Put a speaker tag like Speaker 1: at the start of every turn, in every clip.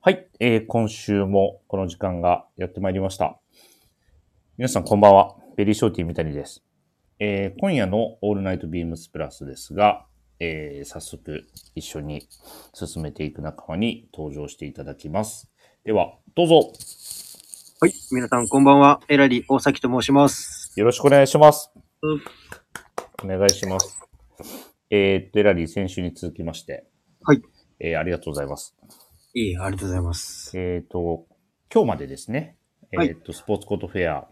Speaker 1: はい、えー今週もこの時間がやってまいりました。皆さんこんばんは。ベリーショーティー三谷です。えー今夜のオールナイトビームスプラスですが、えー早速一緒に進めていく仲間に登場していただきます。では、どうぞ
Speaker 2: はい。皆さん、こんばんは。エラリー大崎と申します。
Speaker 1: よろしくお願いします。
Speaker 2: うん
Speaker 1: お願いします。えーっと、エラリー先週に続きまして、
Speaker 2: はい。
Speaker 1: えーありがとうございます。
Speaker 2: いい、ありがとうございます。
Speaker 1: えっ、と、今日までですね、えっ、
Speaker 2: はい
Speaker 1: と、スポーツコートフェア、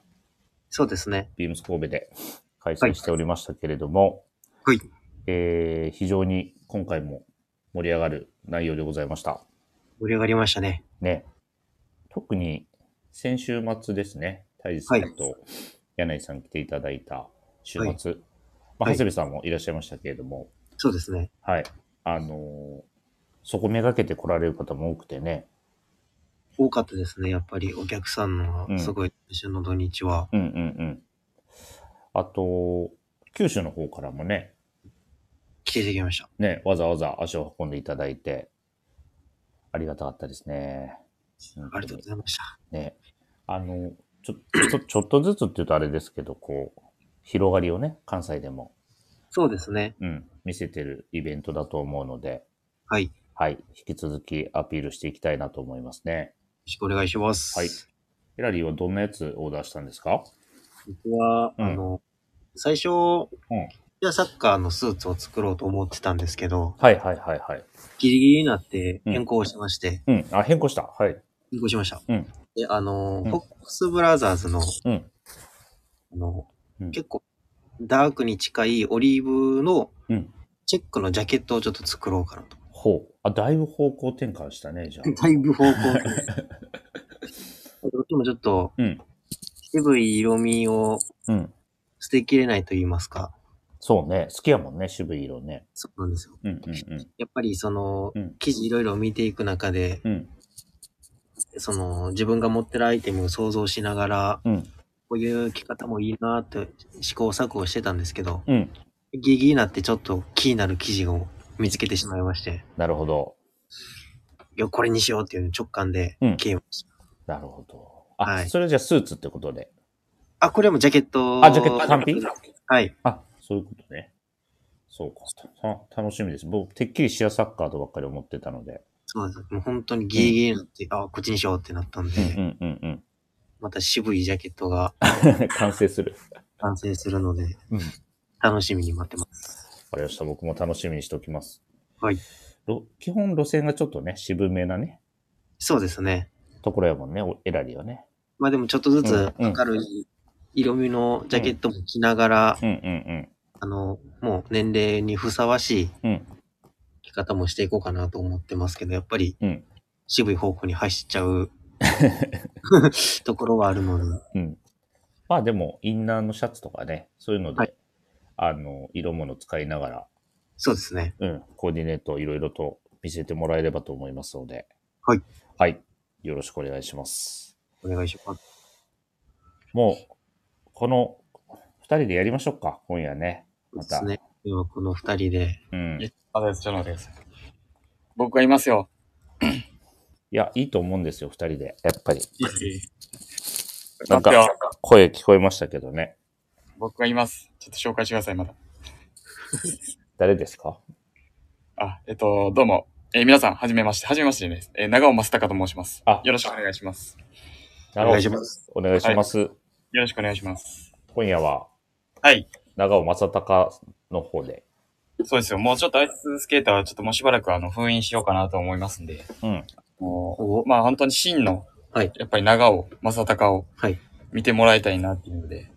Speaker 2: そうですね。
Speaker 1: ビームス神戸で開催しておりましたけれども、
Speaker 2: はい。
Speaker 1: えー非常に今回も盛り上がる内容でございました。
Speaker 2: 盛り上がりましたね。
Speaker 1: ね。特に先週末ですね、大地さんと柳井さん来ていただいた週末、まあ、
Speaker 2: はい
Speaker 1: 長谷部さんもいらっしゃいましたけれども、
Speaker 2: そうですね。
Speaker 1: はい。あのーそこめがけて来られる方も多くてね、
Speaker 2: 多かったですね。やっぱりお客さんの
Speaker 1: うん
Speaker 2: がすごい、私の土日は。
Speaker 1: うんうんうん。あと、九州の方からもね、
Speaker 2: 来ていただきました。
Speaker 1: ね、わざわざ足を運んでいただいて、ありがたかったですね。
Speaker 2: ありがとうございました。
Speaker 1: ね、あの、ちょ、ちょ、ちょっとずつって言うとあれですけど、こう、広がりをね、関西でも、
Speaker 2: そうですね。
Speaker 1: うん、見せてるイベントだと思うので、
Speaker 2: はい。よ
Speaker 1: はい、引き続きアピールしていきたいなと思いますね。
Speaker 2: ろしくお願いします。
Speaker 1: はいヒラリーはどんなやつオーダーしたんですか
Speaker 2: 僕は、
Speaker 1: うん
Speaker 2: あの、最初、
Speaker 1: ん
Speaker 2: じゃサッカーのスーツを作ろうと思ってたんですけど、
Speaker 1: はいはいはいはい。
Speaker 2: ギリギリになって
Speaker 1: うん
Speaker 2: 変更しまして、
Speaker 1: うん、あ、変更した。はい。
Speaker 2: 変更しました。
Speaker 1: うん
Speaker 2: で、あの、
Speaker 1: うん
Speaker 2: フォックスブラザーズの
Speaker 1: うん。
Speaker 2: あの、
Speaker 1: うん
Speaker 2: 結構ダークに近いオリーブの
Speaker 1: うん。
Speaker 2: チェックのジャケットをちょっと作ろうかなと。
Speaker 1: ほう。あ、だいぶ方向転換したね、じゃあ。
Speaker 2: だいぶ方向が。どっちもちょっと
Speaker 1: うん。
Speaker 2: 渋い色味を
Speaker 1: うん。
Speaker 2: 捨てきれないと言いますか。
Speaker 1: そうね。好きやもんね、渋い色ね。
Speaker 2: そうなんですよ。
Speaker 1: うんうんうん。
Speaker 2: やっぱりその
Speaker 1: うん、
Speaker 2: 記事いろいろ見ていく中で、
Speaker 1: うん。
Speaker 2: その、自分が持ってるアイテムを想像しながら、
Speaker 1: うん。
Speaker 2: こういう着方もいいなって試行錯誤してたんですけど、
Speaker 1: うん。
Speaker 2: ギリギリになってちょっと気になる記事を見つけてしまいまして、
Speaker 1: なるほど。
Speaker 2: いや、これにしようっていう直感で
Speaker 1: うん
Speaker 2: 決めました。
Speaker 1: なるほど。あ、
Speaker 2: はい
Speaker 1: それじゃあスーツってことで。
Speaker 2: あ、これはもうジャケット。
Speaker 1: あジャケット単品
Speaker 2: はい。
Speaker 1: あ、そういうことね。そうか。たた楽しみです。僕、てっきりシアサッカーとばっかり思ってたので。
Speaker 2: そうなんです。もう本当にギリギリになって、あ、こっちにしようってなったんで、
Speaker 1: うんうん
Speaker 2: また渋いジャケットが
Speaker 1: うん。 完成する。
Speaker 2: 完成するので、
Speaker 1: うん。わ
Speaker 2: 楽しみに待ってます。
Speaker 1: かりました。僕も楽しみにしておきます。
Speaker 2: はい。
Speaker 1: ろ基本路線がちょっとね、渋めなね、
Speaker 2: そうですね。
Speaker 1: ところやもんね、おエラリーはね。
Speaker 2: まあでもちょっとずつ
Speaker 1: うんうん
Speaker 2: 明るい色味のジャケットも着ながら、
Speaker 1: うんうん
Speaker 2: あの、もう年齢にふさわしい
Speaker 1: うん。うん
Speaker 2: 着方もしていこうかなと思ってますけど、やっぱり
Speaker 1: うん
Speaker 2: 渋い方向に走っち ゃうところはあるので、
Speaker 1: うん。まあでも、インナーのシャツとかね、そういうので、
Speaker 2: はい
Speaker 1: あの、色物使いながら、
Speaker 2: そうですね。
Speaker 1: うん、コーディネートをいろいろと見せてもらえればと思いますので。
Speaker 2: はい。
Speaker 1: はい。よろしくお願いします。
Speaker 2: お願いします。
Speaker 1: もう、この、二人でやりましょうか、今夜ね。
Speaker 2: そう
Speaker 1: ま
Speaker 2: で
Speaker 1: た。
Speaker 2: すね。ではこの二人で、
Speaker 1: うん。い
Speaker 3: えあ、大丈夫です。僕はいますよ。
Speaker 1: や、いいと思うんですよ、二人で。やっぱり。
Speaker 3: いいい
Speaker 1: なんか
Speaker 3: 待ってよ
Speaker 1: 声聞こえましたけどね。
Speaker 3: 僕はいます。ちょっと紹介してください、まだ。
Speaker 1: 誰ですか
Speaker 3: あ、えっと、どうも。えー皆さん、はじめまして。はじめましてです。えー長尾正隆と申します。
Speaker 1: あ
Speaker 3: よろしくお願いします。
Speaker 1: な
Speaker 2: お願いし
Speaker 1: るほど
Speaker 2: ます。
Speaker 1: お願いします。
Speaker 3: よろしくお願いします。
Speaker 1: 今夜は、
Speaker 3: はい。
Speaker 1: 長尾正隆の方で。
Speaker 3: そうですよ。もうちょっとアイススケーターはちょっともうしばらくあの封印しようかなと思いますんで。
Speaker 1: うん。
Speaker 3: も
Speaker 2: お
Speaker 3: う、まあ本当に真の、
Speaker 2: はい
Speaker 3: やっぱり長尾正隆を
Speaker 2: はい。
Speaker 3: 見てもらいたいなっていうので。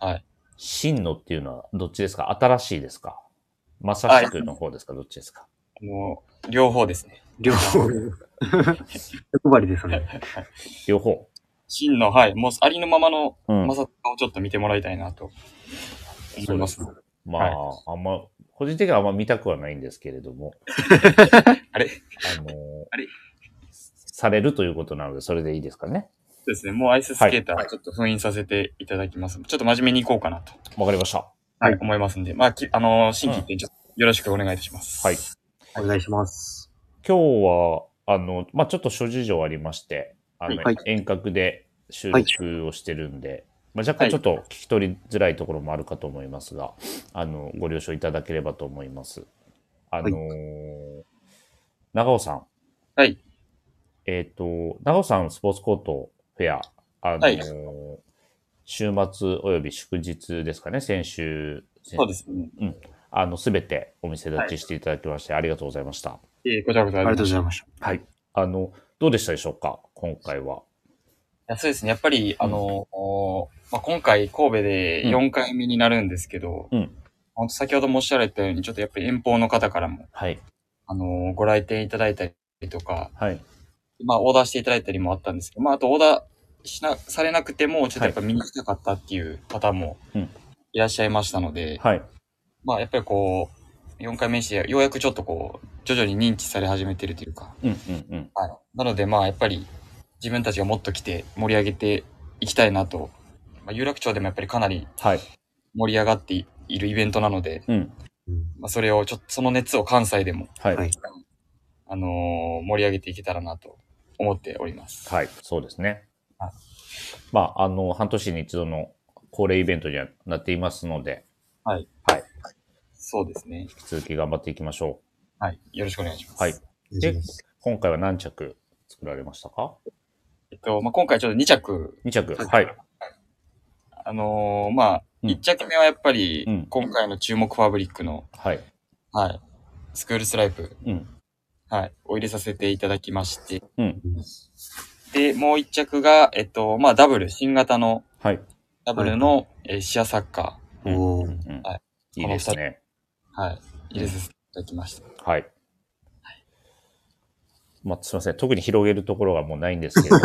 Speaker 3: はい。
Speaker 1: 真のっていうのはどっちですか新しいですかまさしくの方ですかどっちですか
Speaker 3: あの、両方ですね。
Speaker 2: 両方。 欲張りですね。
Speaker 1: 両方。
Speaker 3: 真の、はい。もうありのままの
Speaker 1: うん
Speaker 3: まさかをちょっと見てもらいたいなと思います。
Speaker 1: まあ、
Speaker 3: は
Speaker 1: あんま、個人的にはあんま見たくはないんですけれども、
Speaker 3: あれそ
Speaker 1: あのー
Speaker 3: あれ
Speaker 1: されるということなので、それでいいですかね。
Speaker 3: うですね。もうアイススケーターちょっと封印させていただきます。ちょっと真面目にいこうかなと、
Speaker 1: わかりました。
Speaker 3: はい、思いますんで。まあ、きあのー新規一点ちょっとよろしくお願いいたします。
Speaker 1: はい。
Speaker 2: お願いします。
Speaker 1: 今日は、あの、まあ、ちょっと諸事情ありまして、あの、
Speaker 2: はい
Speaker 1: 遠隔で収録をしてるんで、まあ、若干ちょっと聞き取りづらいところもあるかと思いますが、あの、ご了承いただければと思います。あのー長尾さん。
Speaker 3: はい。
Speaker 1: えっ、と、長尾さん、スポーツコートフェア、あのー
Speaker 3: はい
Speaker 1: 週末および祝日ですかね、先週、先
Speaker 3: そうですね。
Speaker 1: あの、すべてお店立ちしていただきまして、ありがとうございました。
Speaker 3: えーこちらこそあ
Speaker 2: あ
Speaker 3: り
Speaker 2: り
Speaker 3: が
Speaker 2: がとうご
Speaker 3: とうござい
Speaker 2: ざいました。
Speaker 1: はい。あの、どうでしたでしょうか今回は。
Speaker 3: ます。そうですね。やっぱり、あのーまあ、今回神戸で
Speaker 1: うん
Speaker 3: 4回目になるんですけど、
Speaker 1: うん
Speaker 3: 本当先ほどもおっしゃられたように、ちょっとやっぱり遠方の方からも、
Speaker 1: はい。
Speaker 3: あのーご来店いただいたりとか、
Speaker 1: はい。
Speaker 3: まあ、オーダーしていただいたりもあったんですけど、まあ、あとオーダーしな、されなくても、ちょっとやっぱ見に来たかったっていう方も
Speaker 1: うん
Speaker 3: いらっしゃいましたので、
Speaker 1: はい。
Speaker 3: まあ、やっぱりこう、4回目にして、ようやくちょっとこう、徐々に認知され始めてるというか、
Speaker 1: うん、うん、うん。
Speaker 3: はい。なので、まあ、やっぱり、自分たちがもっと来て盛り上げていきたいなと、まあ、有楽町でもやっぱりかなり
Speaker 1: はい。
Speaker 3: 盛り上がっていいるイベントなので、
Speaker 1: うん。
Speaker 2: うん
Speaker 3: まあ、それをちょっと、その熱を関西でも、
Speaker 1: はい。は
Speaker 2: はいい。
Speaker 3: あのー盛り上げていけたらなと思っております。
Speaker 1: そうですね
Speaker 3: はい。
Speaker 1: まあ、あの、半年に一度の恒例イベントにはなっていますので、
Speaker 3: そうですね。
Speaker 1: 引き続き頑張っていきましょ
Speaker 3: はい。よろしくお願いします。
Speaker 1: はい。
Speaker 2: お
Speaker 1: う。
Speaker 2: 願い
Speaker 1: で
Speaker 2: します、
Speaker 1: 今回は何着作られましたか
Speaker 3: えっと、まあ、今回ちょっと2着、
Speaker 1: ?2 着。
Speaker 2: はい
Speaker 1: はい。
Speaker 3: あのーまあ、
Speaker 1: うん
Speaker 3: 1着目はやっぱり
Speaker 1: うん、
Speaker 3: 今回の注目ファブリックの、
Speaker 1: はい。
Speaker 3: はい、スクールスライプ、
Speaker 1: うん。
Speaker 3: はい、を入れさせていただきまして、
Speaker 1: うん。
Speaker 3: で、もう1着が、えっと、まあ、ダブル、新型の
Speaker 1: はい。
Speaker 3: ダブルの、えーシアサッカ
Speaker 1: うん
Speaker 2: おー
Speaker 1: うん
Speaker 3: はい
Speaker 1: いいですね。
Speaker 3: ー、はい、入れさせていただきました。
Speaker 1: はい。まあ、すみません。特に広げるところがもうないんですけど、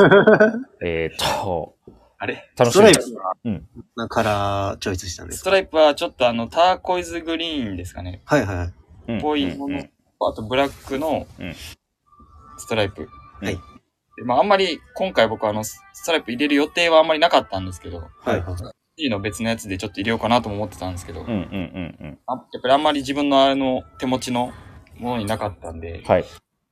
Speaker 1: えーっと、
Speaker 3: あれ
Speaker 1: 楽
Speaker 2: ス
Speaker 1: し
Speaker 2: ト
Speaker 1: み
Speaker 2: ラ
Speaker 1: で
Speaker 2: イ
Speaker 1: す。
Speaker 2: プは
Speaker 1: うん、
Speaker 2: カラーチョイスしたんです
Speaker 3: ス
Speaker 2: か
Speaker 3: トライプはちょっとあの、ターコイズグリーンですかね。
Speaker 2: はいはいはい。
Speaker 1: うん
Speaker 3: ぽいも
Speaker 1: うん
Speaker 3: の
Speaker 1: うん
Speaker 3: あと、ブラックの
Speaker 1: うん
Speaker 3: ストライプ。
Speaker 1: はい
Speaker 3: で。まあ、あんまり今回僕あの、ストライプ入れる予定はあんまりなかったんですけど、
Speaker 2: はいはい。
Speaker 3: C の別のやつでちょっと入れようかなとも思ってたんですけど、
Speaker 1: うんうんうんうん。
Speaker 3: あやっぱりあんまり自分のあれの手持ちのものになかったんで、
Speaker 1: はい。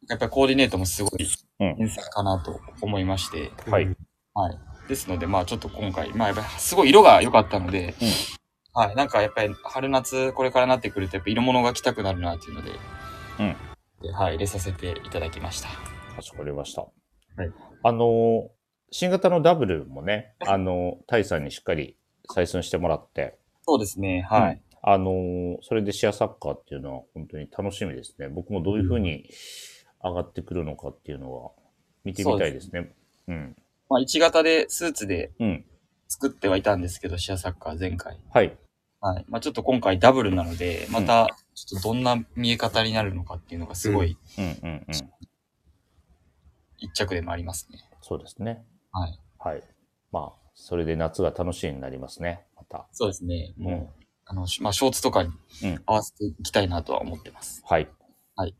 Speaker 3: やっぱりコーディネートもすごい
Speaker 1: うん
Speaker 3: 天才かなと思いまして、
Speaker 1: はい
Speaker 2: うん。
Speaker 3: はい。ですので、まあちょっと今回、まあやっぱりすごい色が良かったので、
Speaker 1: うん
Speaker 3: はい。なんかやっぱり春夏これからなってくるとやっぱ色物が着たくなるなっていうので、
Speaker 1: うん
Speaker 3: ではい、入れさせていただきました。。
Speaker 1: かしこまりました。はいあの、新型のダブルもね、あの、タイさんにしっかり採寸してもらって、
Speaker 3: そうですね、はい。
Speaker 1: うんあの、それでシェアサッカーっていうのは本当に楽しみですね。僕もどういうふうに上がってくるのかっていうのは見てみたいですね。うん。
Speaker 3: まあ1型でスーツで
Speaker 1: うん。
Speaker 3: 作ってはいたんですけど、シアサッカー前回。
Speaker 1: はい。
Speaker 3: はい。まあちょっと今回ダブルなので、またちょっとどんな見え方になるのかっていうのがすごい
Speaker 1: うんうんうん。
Speaker 3: 一着でもありますね。
Speaker 1: そうですね。
Speaker 3: はい。
Speaker 1: はい。まあ、それで夏が楽しみになりますね、また。
Speaker 3: そうですね。もう、
Speaker 1: うん
Speaker 3: あの、しまあショーツとかに
Speaker 1: うん
Speaker 3: 合わせていきたいなとは思ってます。
Speaker 1: はい。
Speaker 3: はい。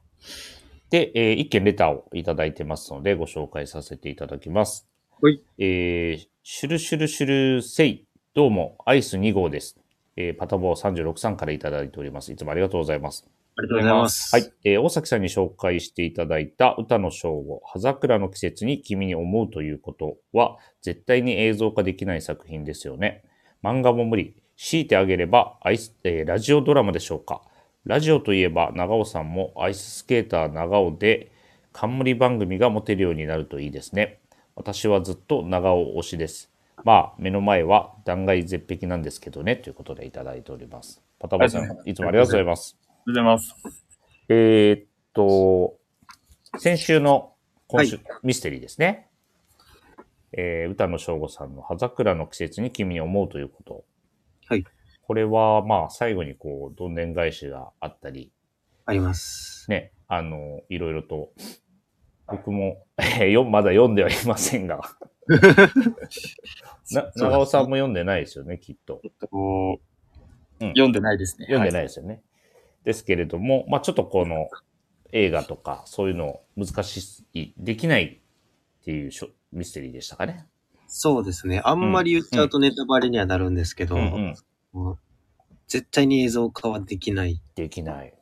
Speaker 1: で、えー一件レターをいただいてますので、ご紹介させていただきます。
Speaker 2: はい。
Speaker 1: えーシュルシュルシュルセイ、どうも、アイス2号です。えーパタボー36さんからいただいております。いつもありがとうございます。
Speaker 2: ありがとうございます。
Speaker 1: はい。。えー大崎さんに紹介していただいた歌の称号、葉桜の季節に君に思うということは、絶対に映像化できない作品ですよね。漫画も無理。強いてあげればアイス、えーラジオドラマでしょうか。ラジオといえば、長尾さんもアイススケーター長尾で、冠番組が持てるようになるといいですね。私はずっと長尾推しです。まあ、目の前は断崖絶壁なんですけどね、ということでいただいております。パタボさ
Speaker 3: ありが
Speaker 1: ん、いつもありがとうございます。
Speaker 3: ありがとうございます。
Speaker 1: えーっと、先週の今週、ミステリーですね。えー、歌野翔吾さんの葉桜の季節に君に思うということ。
Speaker 2: はい。
Speaker 1: これは、まあ、最後にこう、どんでん返しがあったり、
Speaker 2: あります。
Speaker 1: ね、あの、いろいろと、僕も、 えーよ、まだ読んではいません が、な
Speaker 2: そうだ
Speaker 1: 長尾さんも読んでないですよね、きっと。
Speaker 3: えっと、
Speaker 1: うん
Speaker 3: 読んでないですね。
Speaker 1: 読んでない
Speaker 3: い。
Speaker 1: ですよね。ですけれども、まあ、ちょっとこの映画とかそういうの難しい、できないっていうしょミステリーでしたかね。
Speaker 2: そうですね。あんまり言っちゃうとネタバレにはなるんですけど、
Speaker 1: うんうん
Speaker 2: もう絶対に映像化はできない
Speaker 1: できない。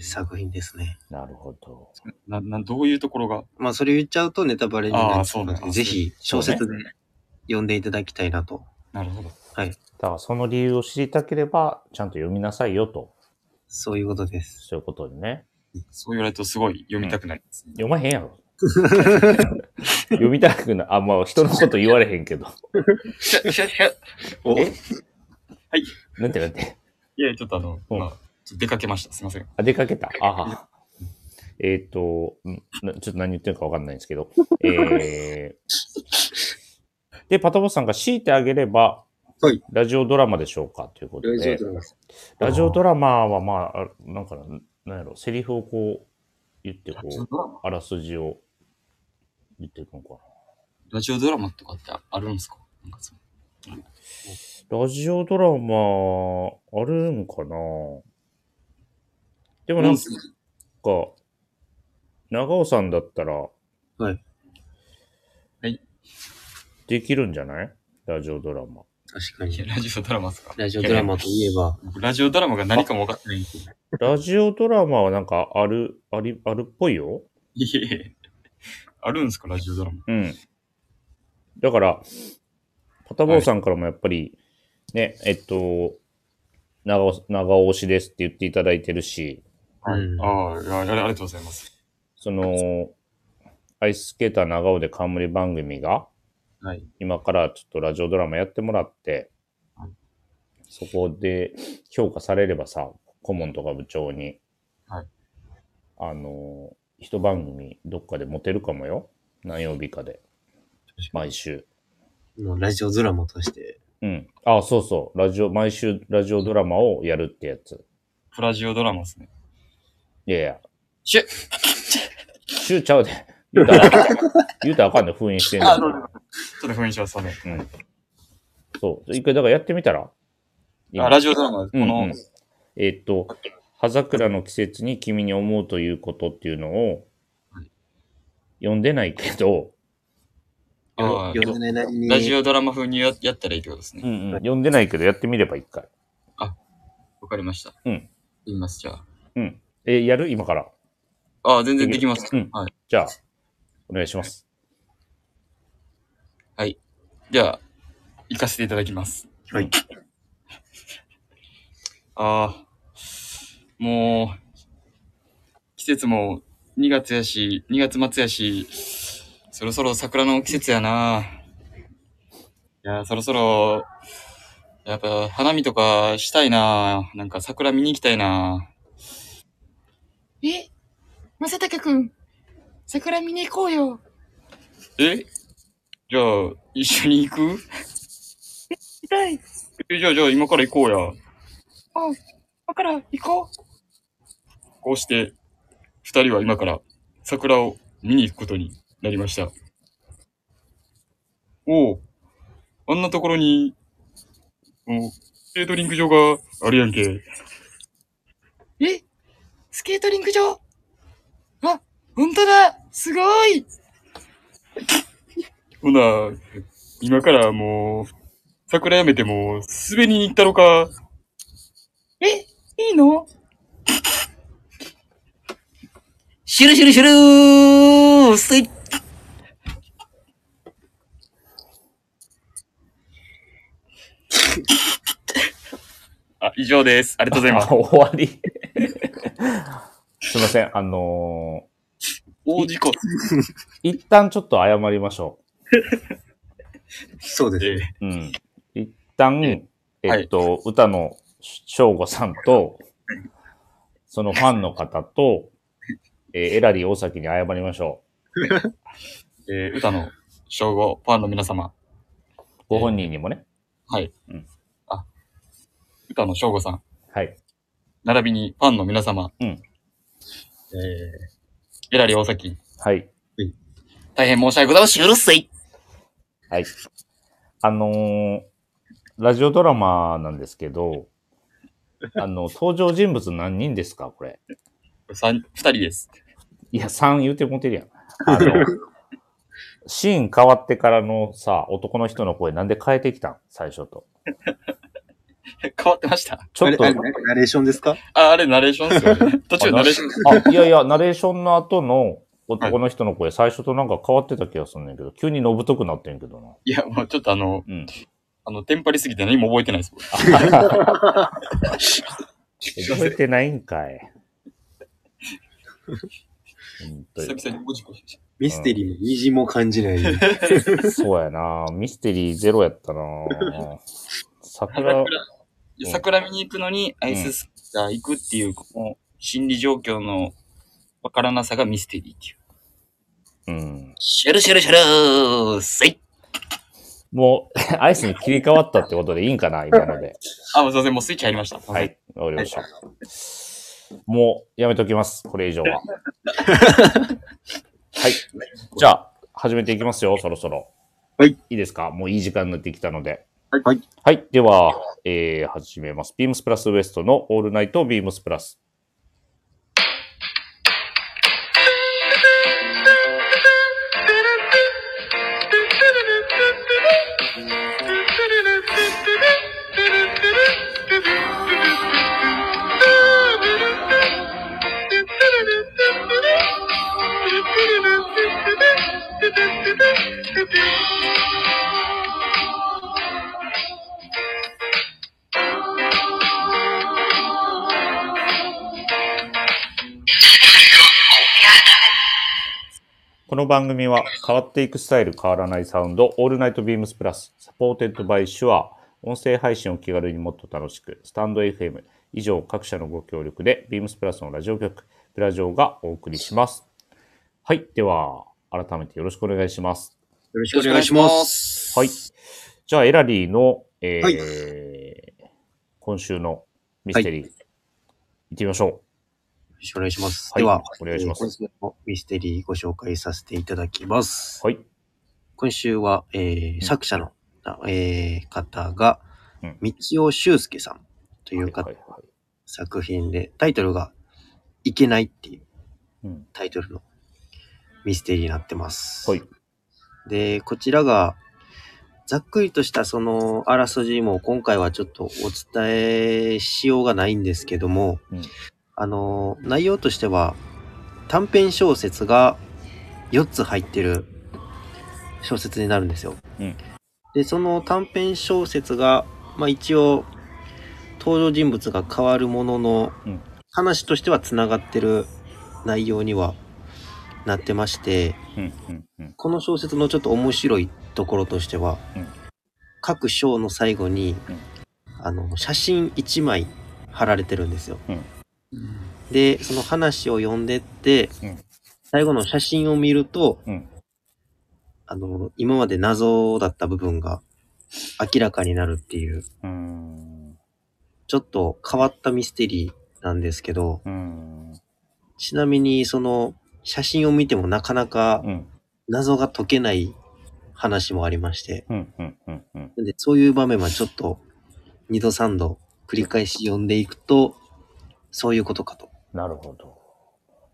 Speaker 2: 作品ですね。
Speaker 1: なるほど。
Speaker 3: な、な、どういうところが。
Speaker 2: まあ、それ言っちゃうとネタバレにな
Speaker 3: あ
Speaker 2: っ
Speaker 3: あ
Speaker 2: ちゃうの
Speaker 3: そうなん
Speaker 2: で、
Speaker 3: だ
Speaker 2: ぜひ小説で読んでいただきたいなと。
Speaker 3: なるほど。
Speaker 1: だからその理由を知りたければ、ちゃんと読みなさいよと。
Speaker 2: そういうことです。
Speaker 1: そういうことにね。
Speaker 3: そう言われるとすごい読みたくなりますね。
Speaker 1: 読まへんやろ。読みたくない。あ、まあ人のこと言われへんけど。
Speaker 3: シャシャシャ
Speaker 2: お
Speaker 1: え
Speaker 3: はい。
Speaker 1: なんてなんて。
Speaker 3: いや、ちょっとあの、
Speaker 1: うん
Speaker 3: まあ、ちょっと出かけました。すいません。
Speaker 1: あ、出かけた。ああ。えっ、と、うんなちょっと何言ってるかわかんないんですけど。えー、で、パトボスさんが強いてあげれば、
Speaker 2: はい
Speaker 1: ラジオドラマでしょうかということで。ラジオドラマは、まあ、あなんか、なんやろ、セリフをこう、言ってこう、あらすじを言っていくのか
Speaker 3: ラジオドラマとかってあるんですかなんかその
Speaker 1: な。ラジオドラマ、あるんかなでもなんか、長尾さんだったら、
Speaker 2: はい。
Speaker 3: はい。
Speaker 1: できるんじゃないラジオドラマ。
Speaker 2: 確か
Speaker 3: いや
Speaker 2: に。
Speaker 3: ラジオドラマですか
Speaker 2: ラジオドラマといえば、
Speaker 3: 僕ラジオドラマが何かも分かってないんですよ。
Speaker 1: ラジオドラマはなんか、ある、あり、あるっぽいよ。
Speaker 3: いえいえ。あるんですかラジオドラマ。
Speaker 1: うん。だから、パタボーさんからもやっぱり、ね、えっと、長尾、長尾推しですって言っていただいてるし、
Speaker 3: はい
Speaker 2: うん
Speaker 3: ああいや、ありありがとうございます。
Speaker 1: その、アイススケーター長尾で冠番組が、
Speaker 3: はい。
Speaker 1: 今からちょっとラジオドラマやってもらって
Speaker 3: はい、
Speaker 1: そこで評価されればさ、顧問とか部長に、
Speaker 3: はい
Speaker 1: あの、一番組どっかで持てるかもよ。何曜日かで。毎週。
Speaker 2: もうラジオドラマとして、
Speaker 1: うん。あ、そうそう。ラジオ、毎週ラジオドラマをやるってやつ。
Speaker 3: プラジオドラマですね。
Speaker 1: いやいや。
Speaker 3: シュッ
Speaker 1: シューちゃうで。言うたら、言うたらあかんで、 封印してん
Speaker 3: あ、
Speaker 1: だ
Speaker 3: どうぞ。ちょっと不明します、ね。
Speaker 1: うん。そう。一回、だからやってみたら
Speaker 3: あ、ラジオドラマ、こ
Speaker 1: うん
Speaker 3: の、
Speaker 1: うんえーっと、葉桜の季節に君に思うということっていうのを
Speaker 3: は、
Speaker 1: 読んでないけど、
Speaker 3: ああ
Speaker 2: 読んでないに、
Speaker 3: ラジオドラマ風にややったらいいってことですね。
Speaker 1: うんうん読んでないけどやってみれば一回。
Speaker 3: わかりました。
Speaker 1: うん。
Speaker 3: 言います、じゃあ。
Speaker 1: うん。えーやる今から。
Speaker 3: ああ、全然できます。
Speaker 1: うん
Speaker 3: はい。
Speaker 1: じゃあ、お願いします。
Speaker 3: じゃあ、行かせていただきます。
Speaker 2: はい。
Speaker 3: ああ、もう、季節も2月やし、2月末やし、そろそろ桜の季節やな。いや、そろそろ、やっぱ花見とかしたいな。なんか桜見に行きたいな。
Speaker 4: え、まさたかくん、桜見に行こうよ。
Speaker 3: えじゃあ、一緒に行く
Speaker 4: 痛い。
Speaker 3: えじゃあ、じゃあ、今から行こうや。
Speaker 4: だから行こう。
Speaker 3: こうして、二人は今から桜を見に行くことになりました。おお、あんなところに、おケートリング場があるやんけ。
Speaker 4: え、スケートリンク場。あ、ほんとだ。すごい。
Speaker 3: ほな、今からもう、桜やめてもう滑りに行ったろか。
Speaker 4: え、いいの
Speaker 5: シュルシュルシュルースイッ
Speaker 3: あ、以上です。ありがとうございます。
Speaker 1: あ終わ り。すいません。あのー、
Speaker 3: 大事故っ
Speaker 1: 一旦ちょっと謝りましょ
Speaker 2: そうですね。
Speaker 1: う。
Speaker 3: て、
Speaker 1: うん。一旦、
Speaker 3: は
Speaker 1: え
Speaker 3: い
Speaker 1: っと、歌の翔吾さんと、そのファンの方と、えーエラリー大崎に謝りましょ
Speaker 3: えー歌の称号、ファンの皆
Speaker 1: う。
Speaker 3: 様、
Speaker 1: ご本人にもね。
Speaker 3: はい。
Speaker 1: うん
Speaker 3: あ、歌の翔吾さん、
Speaker 1: はい。
Speaker 3: 並びにファンの皆様、
Speaker 1: うん
Speaker 3: えー、エラリ大崎、
Speaker 1: はい。
Speaker 3: 大変申し訳ございません。
Speaker 5: シュルスイ
Speaker 1: はい。あのーラジオドラマなんですけど、あの、登場人物何人ですかこれ。
Speaker 3: 三、二人です。
Speaker 1: いや、3言うてもてるやん。あの、シーン変わってからのさ、男の人の声なんで変えてきたん最初と。
Speaker 3: 変わってました。
Speaker 1: ちょっと
Speaker 2: あ、れ、あれナレーションです か
Speaker 3: あ、あれナレーションですよね。途中ナレーション。
Speaker 1: あ、いやいや、ナレーションの後の男の人の声、最初となんか変わってた気がするんだけど、急にのぶとくなってんけどな。
Speaker 3: いや、もうちょっとあの、
Speaker 1: うん。
Speaker 3: あの、テンパりすぎて何も覚えてないです。僕
Speaker 1: 覚えてないんかい。本当に
Speaker 3: 久々にゴジゴジし
Speaker 2: ミステリーの虹も感じない。
Speaker 1: そうやなミステリーゼロやったな
Speaker 3: た。
Speaker 1: 桜
Speaker 3: 桜、いや桜見に行くのにアイススケーター行くっていう、この心理状況のわからなさがミステリーっていう。
Speaker 1: うん。
Speaker 5: シュルシュルシュルーせい
Speaker 1: もう、 アイスに切り替わったってことでいいんかな今ので。
Speaker 3: あ、もうすいません、もうスイッチ入りました。
Speaker 1: は。い。わかりました。もう、やめときます。これ以上 は。はい。じゃあ、始めていきますよ、そろそろ。
Speaker 2: はい
Speaker 1: いいですかもういい時間になってきたので。
Speaker 2: はい。
Speaker 1: はい。では、えー、始めます。ビームスプラスウエストのオールナイトビームスプラス。この番組は変わっていくスタイル変わらないサウンド、オールナイトビームスプラス、サポーテッドバイシュア、音声配信を気軽にもっと楽しく、スタンド FM、以上各社のご協力で、ビームスプラスのラジオ局、プラジオがお送りします。はい。では、改めてよろしくお願いします。
Speaker 2: よろしくお願いします。
Speaker 3: す
Speaker 1: はい。じゃあ、エラリーの、えー
Speaker 2: はい
Speaker 1: 今週のミステリー、行ってみましょ
Speaker 2: よろしくお願いします。
Speaker 1: はい
Speaker 2: では、
Speaker 1: お願いします
Speaker 2: えー今週のミステリーご紹介させていただきます。
Speaker 1: う。はい。
Speaker 2: 今週は、えー
Speaker 1: ん
Speaker 2: 作者の、あえー方が
Speaker 1: うん、
Speaker 2: 道尾修介さんという方、
Speaker 1: はいはいはい
Speaker 2: 作品で、タイトルが、いけないっていう
Speaker 1: うん。
Speaker 2: タイトルのミステリーになってます。
Speaker 1: はい。
Speaker 2: で、こちらが、ざっくりとしたそのあらすじも今回はちょっとお伝えしようがないんですけども、
Speaker 1: うん
Speaker 2: あの、内容としては短編小説が4つ入ってる小説になるんですよ。
Speaker 1: うん
Speaker 2: で、その短編小説が、まあ一応登場人物が変わるものの、
Speaker 1: うん
Speaker 2: 話としてはつながってる内容にはなってまして、
Speaker 1: うん。うん。うん。
Speaker 2: この小説のちょっと面白いところとしては、
Speaker 1: うん
Speaker 2: 各章の最後に、
Speaker 1: うん
Speaker 2: あの写真1枚貼られてるんですよ。
Speaker 1: うん
Speaker 2: でその話を読んでって、
Speaker 1: うん
Speaker 2: 最後の写真を見ると、
Speaker 1: うん
Speaker 2: あの今まで謎だった部分が明らかになるっていう
Speaker 1: うーん。
Speaker 2: ちょっと変わったミステリーなんですけど
Speaker 1: うーん。
Speaker 2: ちなみにその写真を見てもなかなか
Speaker 1: うん。
Speaker 2: 謎が解けない話もありまして。
Speaker 1: うん。うん。うん。うん。
Speaker 2: なんで、そういう場面はちょっと、二度三度繰り返し読んでいくと、そういうことかと
Speaker 1: なるほど。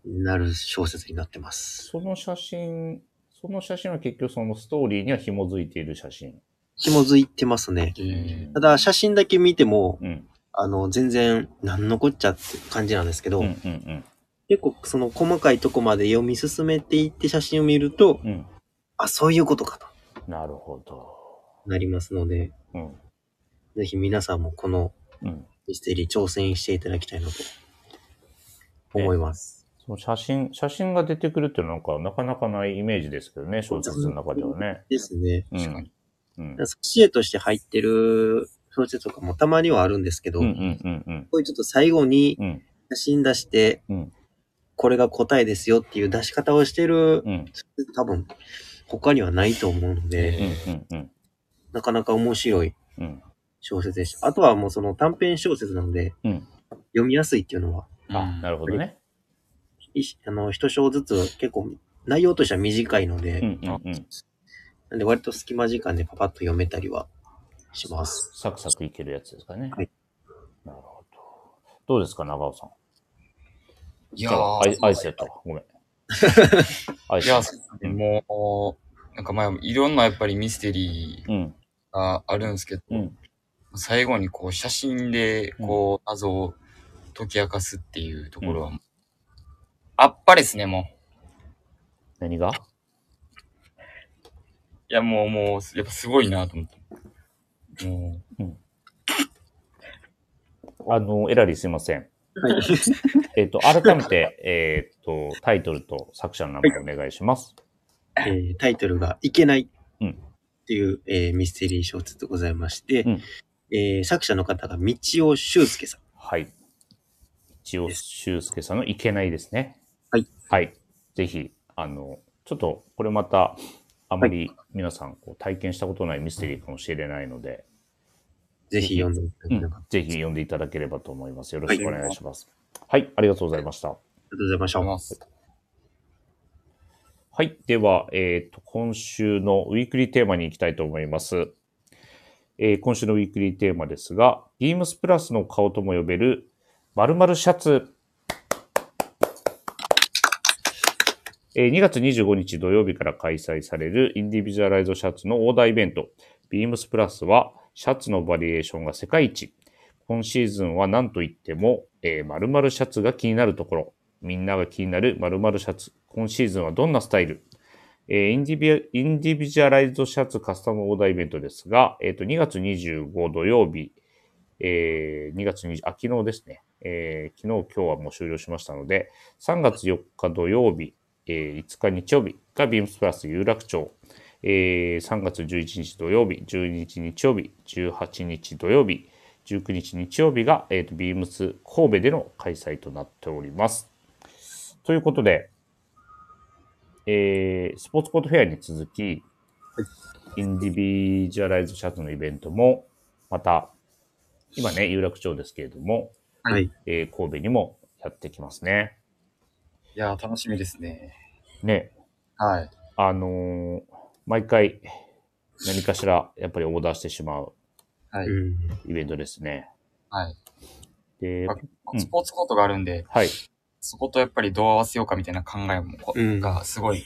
Speaker 2: なる小説になってます。
Speaker 1: その写真、その写真は結局そのストーリーには紐づいている写真。
Speaker 2: 紐づいてますね。
Speaker 3: え
Speaker 2: ただ、写真だけ見ても、
Speaker 1: うん。
Speaker 2: あの、全然、なんのこっちゃって感じなんですけど、
Speaker 1: うん。うん。
Speaker 2: 結構、その細かいとこまで読み進めていって写真を見ると、
Speaker 1: うん。うん。
Speaker 2: あ、そういうことかと
Speaker 1: なるほど。
Speaker 2: なりますので、
Speaker 1: うん。
Speaker 2: ぜひ皆さんもこの
Speaker 1: うん。
Speaker 2: ミステリー挑戦していただきたいなと思います。
Speaker 1: その写真、写真が出てくるっていうのはなんかなかなかないイメージですけどね、小説の中ではね。
Speaker 2: ですね。
Speaker 1: 確
Speaker 3: かに。
Speaker 1: うん。
Speaker 2: 挿絵として入ってる小説とかもたまにはあるんですけど、
Speaker 1: うんうんうんうん。
Speaker 2: こういうちょっと最後に
Speaker 1: うん
Speaker 2: 写真出して、
Speaker 1: うん
Speaker 2: これが答えですよっていう出し方をしてる、
Speaker 1: うん
Speaker 2: 多分他にはないと思うので、
Speaker 1: うんうんうん
Speaker 2: なかなか面白い
Speaker 1: うん。
Speaker 2: 小説でした。あとはもうその短編小説なので、
Speaker 1: うん
Speaker 2: 読みやすいっていうのは、
Speaker 1: あ、なるほどね。
Speaker 2: いあの、一章ずつ結構内容としては短いので、
Speaker 1: うんうんうん。
Speaker 2: なんで割と隙間時間でパパッと読めたりはします。
Speaker 1: サクサクいけるやつですかね。
Speaker 2: はい。
Speaker 1: なるほど。どうですか、長尾さん。
Speaker 3: い
Speaker 1: い
Speaker 3: やー
Speaker 1: アイアイスやったわ。ごめん。アイ
Speaker 3: い
Speaker 1: ス。
Speaker 3: や、そうですねもう、なんかまあ、いろんなやっぱりミステリー
Speaker 1: うん。
Speaker 3: があるんですけど、
Speaker 1: うん。
Speaker 3: 最後にこう写真でこう謎を解き明かすっていうところは、あっぱれですね、もう。
Speaker 1: 何が
Speaker 3: いや、もう、もう、やっぱすごいなと思って。も
Speaker 1: あの、エラリーすいません。
Speaker 2: はい。
Speaker 1: えっ、と、改めて、えっ、と、タイトルと作者の名前お願いします。
Speaker 2: えータイトルが「いけない」
Speaker 1: うん
Speaker 2: っていう、えーミステリー小説でございまして、
Speaker 1: うん
Speaker 2: えー作者の方が道尾修介さん。
Speaker 1: はい。一応、修介さんのいけないですね。
Speaker 2: はい。
Speaker 1: はい。ぜひ、あの、ちょっと、これまた、あまり皆さんこう体験したことないミステリーかもしれないので、
Speaker 2: ぜひ読んでいただければ、
Speaker 1: うん
Speaker 2: あ
Speaker 1: ぜひ読んでいただければと思います。よろしくお願いします。はい、ありがとうございました。
Speaker 2: りがとうございまし
Speaker 3: う、思い
Speaker 2: た。
Speaker 3: ます。
Speaker 1: はい。では、えっ、と、今週のウィークリーテーマに行きたいと思います。えー今週のウィークリーテーマですが、ビームスプラスの顔とも呼べる〇〇シャツ。えー2月25日土曜日から開催されるインディビジュアライズシャツのオーダーイベント、ビームスプラスはシャツのバリエーションが世界一。今シーズンは何と言っても、えー、〇〇シャツが気になるところ。みんなが気になる〇〇シャツ。今シーズンはどんなスタイルえーインディビインディビジュアライズドシャツカスタムオーダーイベントですが、えっと2月25土曜日、えー2月20、あ、昨日ですね、えー昨日、今日はもう終了しましたので、3月4日土曜日、えー5日日曜日がビームスプラス有楽町、えー3月11日土曜日、12日日曜日、18日土曜日、19日日曜日が、えーとビームス神戸での開催となっております。ということで、えースポーツコートフェアに続き、インディビジュアライズシャツのイベントも、また、今ね、有楽町ですけれども、
Speaker 2: はい。
Speaker 1: えー神戸にもやってきますね。
Speaker 3: いやー、楽しみですね。
Speaker 1: ね、
Speaker 3: はい。
Speaker 1: あのー毎回、何かしら、やっぱりオーダーしてしまう
Speaker 3: はい。
Speaker 2: うん
Speaker 1: イベントですね。
Speaker 3: はい。
Speaker 1: で、うん
Speaker 3: スポーツコートがあるんで、
Speaker 1: はい。
Speaker 3: そことやっぱりどう合わせようかみたいな考えもこ、
Speaker 2: うん
Speaker 3: がすごい、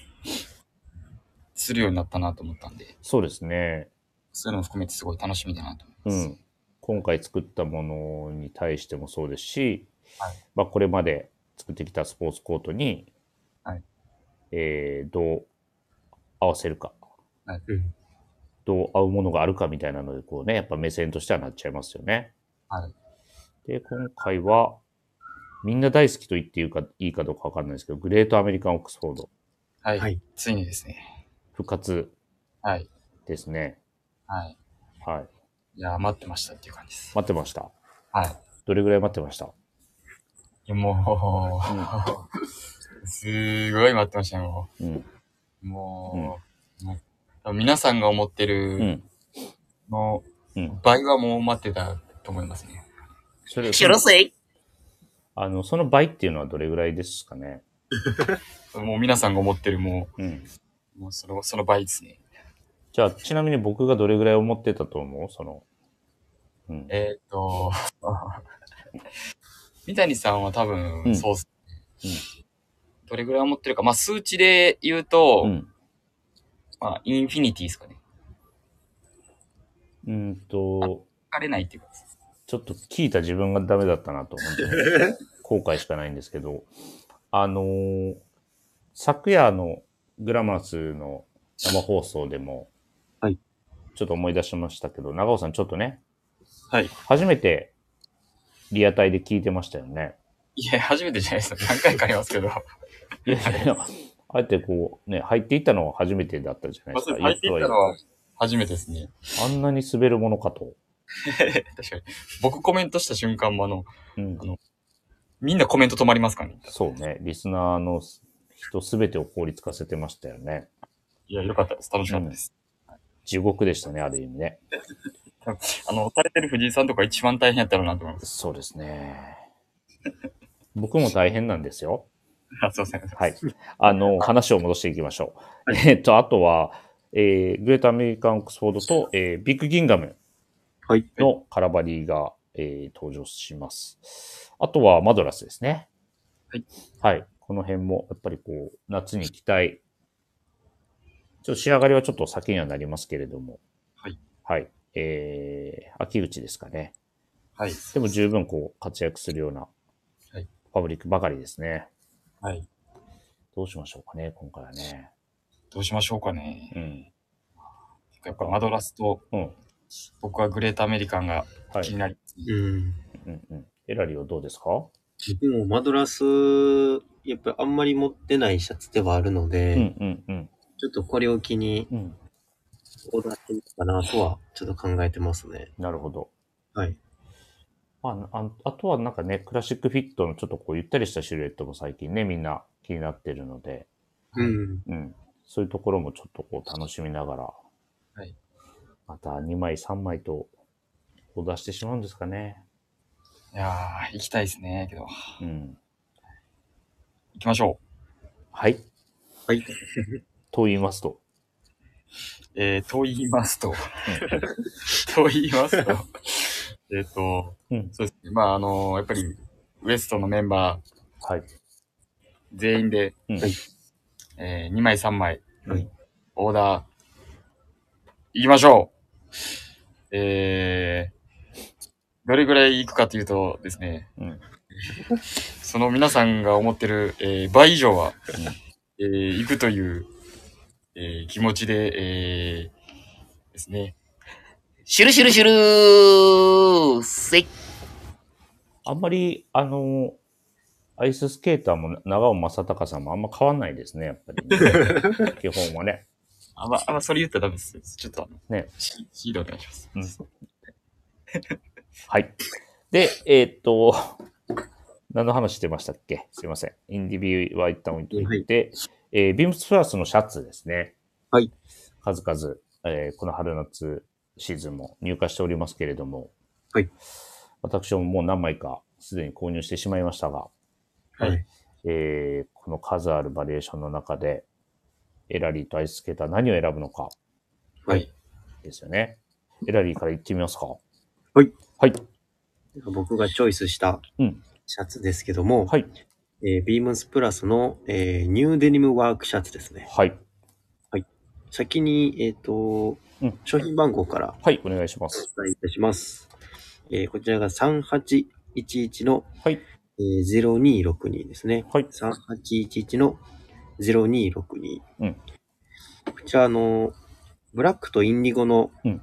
Speaker 3: するようになったなと思ったんで、
Speaker 1: そうですね。
Speaker 3: そういうのも含めてすごい楽しみだなと思いうます。
Speaker 1: ん。今回作ったものに対してもそうですし、
Speaker 3: はい
Speaker 1: まあ、これまで作ってきたスポーツコートに、
Speaker 3: はい
Speaker 1: えーどう合わせるか、
Speaker 2: うん
Speaker 1: どう合うものがあるかみたいなので、こうね、やっぱ目線としてはなっちゃいますよね。
Speaker 3: はい
Speaker 1: で、今回は、みんな大好きと言っていいかいいかどうかわかんないですけど、グレートアメリカンオックスフォード
Speaker 3: はい、
Speaker 2: はい
Speaker 3: ついにですね。
Speaker 1: 復活
Speaker 3: はい。
Speaker 1: ですね。
Speaker 3: はい。
Speaker 1: はい。
Speaker 3: いやー、待ってましたっていう感じです。
Speaker 1: 待ってました。
Speaker 3: はい。い
Speaker 1: どれぐらい待ってました
Speaker 3: や、もう、すごい待ってましたよ、も
Speaker 1: うん。
Speaker 3: う。もう、もう多分皆さんが思って
Speaker 1: う
Speaker 3: る
Speaker 1: ん。
Speaker 3: の
Speaker 1: うん。
Speaker 3: 倍はもう待ってたと思いますね。
Speaker 1: そ れ、
Speaker 5: 白水
Speaker 1: あの、その倍っていうのはどれぐらいですかね。
Speaker 3: もう皆さんが思ってるも
Speaker 1: うん。
Speaker 3: う、もうそのその倍ですね。
Speaker 1: じゃあ、ちなみに僕がどれぐらい思ってたと思うその、うん。
Speaker 3: えーっと、 三谷さんは多
Speaker 1: うん
Speaker 3: 分、そうっすね。どれぐらい思ってるか。まあ、数値で言うと、
Speaker 1: うん。
Speaker 3: まあ、インフィニティですかね。
Speaker 1: うんと、
Speaker 3: 疲れないっていうか。
Speaker 1: ちょっと聞いた自分がダメだったなと、本当に 後悔しかないんですけど、あのー昨夜のグラマラスの生放送でも、
Speaker 2: はい
Speaker 1: ちょっと思い出しましたけど、長尾さんちょっとね、
Speaker 2: はい
Speaker 1: 初めてリアタイで聞いてましたよね。
Speaker 3: いや、初めてじゃないですよ。何回かありますけど。
Speaker 1: いやいやいや あえてこう、ね、入っていったのは初めてだったじゃない
Speaker 3: ま
Speaker 1: です
Speaker 3: ず
Speaker 1: か。
Speaker 3: 入っていったのは初めてで すね。
Speaker 1: あんなに滑るものかと。
Speaker 3: 確かに。僕コメントした瞬間も、あの、
Speaker 1: うん
Speaker 3: あ、のみんなコメント止まりますからね。
Speaker 1: そうね。リスナーの人すべてを凍りつかせてましたよね。
Speaker 3: いや、よかったです。楽しかったです。
Speaker 1: 地獄でしたね、ある意味ね。
Speaker 3: あの、垂れてる藤井さんとか一番大変やったろうなと思います。
Speaker 1: そうですね。僕も大変なんですよ。
Speaker 3: あ、すいません。
Speaker 1: はい。あの、話を戻していきましょう。えっと、あとは、えー、グレートアメリカン・オックスフォードと、えービッグ・ギンガム
Speaker 2: はい。
Speaker 1: のカラバリーが、えー登場します。あとはマドラスですね。
Speaker 3: はい。
Speaker 1: はい。この辺も、やっぱりこう、夏に期待。ちょっと仕上がりはちょっと先にはなりますけれども。
Speaker 3: はい。
Speaker 1: はい。えー、秋口ですかね。
Speaker 3: はい。
Speaker 1: でも十分こう活躍するような
Speaker 3: はい
Speaker 1: パブリックばかりですね。
Speaker 3: はい。
Speaker 1: どうしましょうかね、今回はね。
Speaker 3: どうしましょうかね。
Speaker 1: うん。
Speaker 3: やっぱマドラスと
Speaker 1: うん。
Speaker 3: 僕はグレートアメリカンが
Speaker 1: は
Speaker 3: 気に
Speaker 1: い。
Speaker 3: なり、
Speaker 2: うん。
Speaker 1: うんうん。エラリーはどうですか
Speaker 2: 自分もマドラス、やっぱりあんまり持ってないシャツではあるので、
Speaker 1: うんうんうん。
Speaker 2: ちょっとこれを機に
Speaker 1: うん。
Speaker 2: オーダーしてみようかなとは、ちょっと考えてますね。
Speaker 1: なるほど。
Speaker 2: はい。
Speaker 1: まあ、ああとはなんかね、クラシックフィットのちょっとこうゆったりしたシルエットも最近ね、みんな気になってるので、
Speaker 2: うん。
Speaker 1: うん。そういうところもちょっとこう楽しみながら、
Speaker 3: はい。
Speaker 1: また2枚3枚とオーダーしてしまうんですかね。
Speaker 3: いやー、行きたいですね。けど、
Speaker 1: うん。
Speaker 3: 行きましょ
Speaker 1: はい。
Speaker 2: はい。
Speaker 1: と言いますと。
Speaker 3: う。えー、と言いますと、 と言いま すと、えっと、
Speaker 1: うん
Speaker 3: そうですね。まあ、あのやっぱり、ウエストのメンバー
Speaker 1: はい。
Speaker 3: 全員で、
Speaker 1: うん
Speaker 3: えー、2枚3枚、
Speaker 1: はい
Speaker 3: オーダー、行きましょうえー、どれぐらい行くかというとですね、
Speaker 1: うん。
Speaker 3: その皆さんが思ってる、えー倍以上は、えー行くという、えー気持ちで、えーですね。
Speaker 5: シュルシュルシュルーせい
Speaker 1: あんまり、あの、アイススケーターも長尾正隆さんもあんま変わんないですね、やっぱりね、 基本はね。
Speaker 3: あんま、あんまそれ言ったらダメです。ちょっとあの、
Speaker 1: ね
Speaker 3: シ、シードお願いします。
Speaker 1: うんはい。で、えーっと、何の話してましたっけすいません。インディビューは一旦置いといて、えービームスプラスのシャツですね。
Speaker 2: はい。
Speaker 1: 数々、えーこの春夏シーズンも入荷しておりますけれども、
Speaker 2: はい。
Speaker 1: 私ももう何枚かすでに購入してしまいましたが、
Speaker 2: はい。
Speaker 1: えーこの数あるバリエーションの中で、エラリーとアイススケーター何を選ぶのか
Speaker 2: はい。
Speaker 1: ですよね。エラリーから言ってみますか。
Speaker 2: はい。
Speaker 1: はい。
Speaker 2: 僕がチョイスした
Speaker 1: うん
Speaker 2: シャツですけども、
Speaker 1: はい。
Speaker 2: えービームスプラスの、えーニューデニムワークシャツですね。
Speaker 1: はい。
Speaker 2: 先に、えっ、と、
Speaker 1: うん
Speaker 2: 商品番号から
Speaker 1: はい、お願いします。
Speaker 2: お伝えいたします。えーこちらが3811の、
Speaker 1: はい
Speaker 2: えー0262ですね。
Speaker 1: はい。
Speaker 2: 3811の0262。
Speaker 1: うん
Speaker 2: こちら、あの、ブラックとインディゴの
Speaker 1: うん